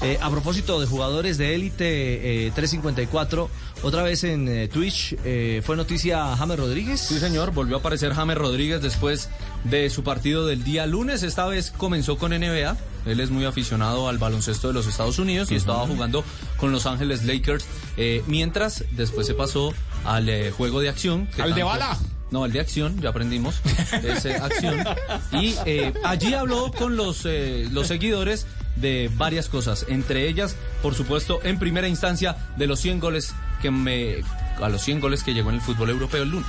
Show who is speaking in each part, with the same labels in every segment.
Speaker 1: Eh, a propósito de jugadores de élite eh, 354, otra vez en eh, Twitch fue noticia James Rodríguez.
Speaker 2: Sí, señor, volvió a aparecer James Rodríguez después de su partido del día lunes. Esta vez comenzó con NBA. Él es muy aficionado al baloncesto de los Estados Unidos y uh -huh. estaba jugando con Los Ángeles Lakers. eh, mientras después se pasó al eh, juego de acción.
Speaker 3: Que ¡Al tanto... de bala!
Speaker 2: No, el de acción, ya aprendimos. Es eh, acción. Y eh, allí habló con los, eh, los seguidores de varias cosas. Entre ellas, por supuesto, en primera instancia, de los 100 goles que me. a los 100 goles que llegó en el fútbol europeo el lunes.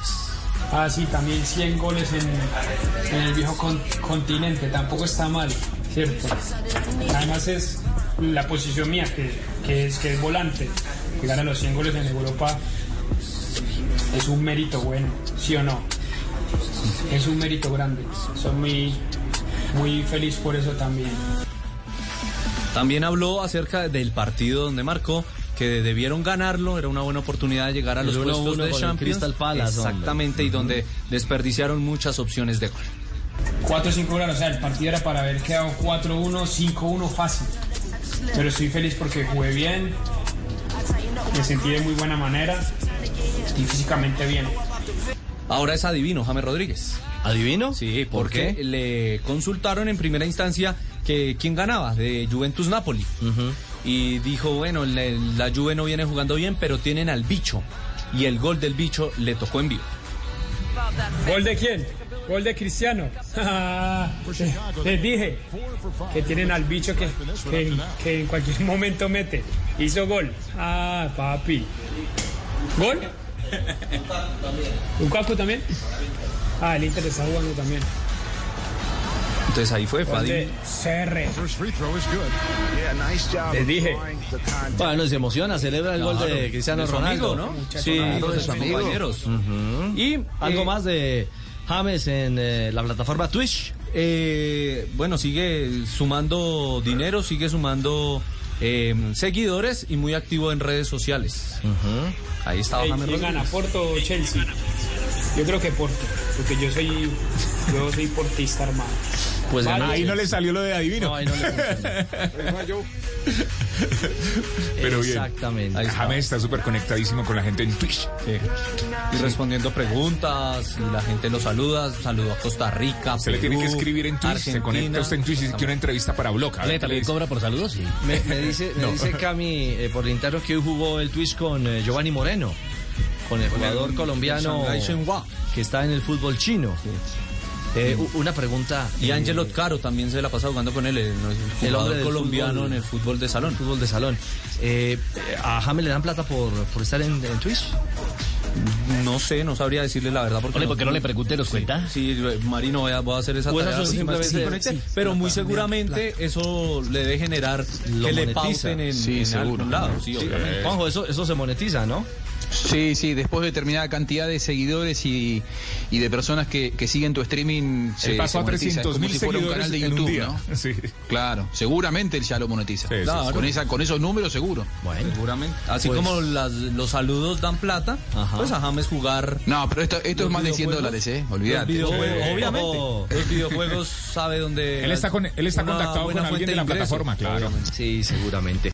Speaker 4: Ah, sí, también 100 goles en, en el viejo con, continente. Tampoco está mal, ¿cierto? Además, es la posición mía, que, que es, que es volante, que gana los 100 goles en Europa es un mérito bueno, sí o no. Es un mérito grande. Soy muy, muy feliz por eso también.
Speaker 2: También habló acerca del partido donde marcó que debieron ganarlo, era una buena oportunidad de llegar a los puestos uno de Champions.
Speaker 1: Crystal Palace,
Speaker 2: exactamente, hombre. y donde desperdiciaron muchas opciones de gol.
Speaker 4: 4-5 goles, o sea, el partido era para haber quedado 4-1, 5-1 fácil. Pero estoy feliz porque jugué bien, me sentí de muy buena manera y físicamente bien.
Speaker 2: Ahora es adivino, James Rodríguez.
Speaker 1: ¿Adivino?
Speaker 2: Sí, porque ¿Por le consultaron en primera instancia que quién ganaba de Juventus Napoli. Uh -huh. Y dijo, bueno, le, la Juve no viene jugando bien, pero tienen al bicho. Y el gol del bicho le tocó en vivo.
Speaker 4: ¿Gol de quién? Gol de Cristiano. Les dije que tienen al bicho que, que, que, en cualquier momento mete. Hizo gol. Ah, papi. ¿Gol? ¿Un casco también? Ah, el Inter está jugando también.
Speaker 2: Entonces ahí fue Fadi.
Speaker 4: CR. Les dije.
Speaker 1: Bueno, se emociona, celebra el claro, gol de Cristiano de Ronaldo, amigo,
Speaker 2: ¿no? Sí, Ronaldo de sus compañeros. Uh
Speaker 1: -huh. Y eh, algo más de James en eh, la plataforma Twitch.
Speaker 2: Eh, bueno, sigue sumando dinero, sigue sumando eh, seguidores y muy activo en redes sociales. Uh -huh. Ahí está
Speaker 4: James ¿Quién gana, Porto o Chelsea? Yo creo que Porto, porque yo soy, yo soy portista, hermano.
Speaker 3: Pues vale, Ahí Chelsea. no le salió lo de adivino.
Speaker 1: No, ahí no le
Speaker 3: Pero bien.
Speaker 1: Exactamente.
Speaker 3: Ahí está. James está súper conectadísimo con la gente en Twitch.
Speaker 2: Sí. Y sí. respondiendo preguntas, y la gente lo saluda, saludó a Costa Rica.
Speaker 3: Se Perú, le tiene que escribir en Twitch, Argentina, se conecta usted en Twitch y quiere una entrevista para Blog.
Speaker 1: ¿Le también cobra por saludos? Sí. Me, me dice, me no. dice Cami eh, por interno que hoy jugó el Twitch con eh, Giovanni Moreno, con el jugador el, colombiano el que está en el fútbol chino. Sí. Eh, una pregunta.
Speaker 2: Y eh, Angelo Caro también se la pasa jugando con él, el, el hombre colombiano fútbol, en el fútbol de salón.
Speaker 1: Fútbol de salón. Eh, ¿A James le dan plata por, por estar en, en, Twitch?
Speaker 2: No sé, no sabría decirle la verdad.
Speaker 1: Porque Ole, no, ¿por qué no le pregunte los
Speaker 2: sí,
Speaker 1: cuenta?
Speaker 2: Sí, Marino, voy a, voy a hacer esa
Speaker 1: pues
Speaker 2: tarea.
Speaker 1: Eso simplemente, sí,
Speaker 2: pero muy seguramente plata. eso le debe generar Lo que monetiza. le pauten en,
Speaker 1: sí,
Speaker 2: en
Speaker 1: seguro,
Speaker 2: algún lado.
Speaker 1: Sí, obviamente. Juanjo, eso, eso se monetiza, ¿no?
Speaker 5: Sí, sí, después de determinada cantidad de seguidores y, y de personas que, que, siguen tu streaming,
Speaker 3: se, pasó a 300 mil si seguidores un canal de YouTube, en un día.
Speaker 5: ¿no? Sí. Claro, seguramente él ya lo monetiza. Sí, claro, con, esa, con esos números, seguro.
Speaker 2: Bueno, seguramente. Así pues, como las, los saludos dan plata, ajá. pues a James jugar.
Speaker 5: No, pero esto, esto es más de 100
Speaker 3: pues,
Speaker 5: dólares, ¿eh? Olvídate.
Speaker 2: Los obviamente. Oh, los videojuegos sabe dónde.
Speaker 3: Él está, con, él está contactado con alguien de la plataforma, claro.
Speaker 1: Sí, seguramente.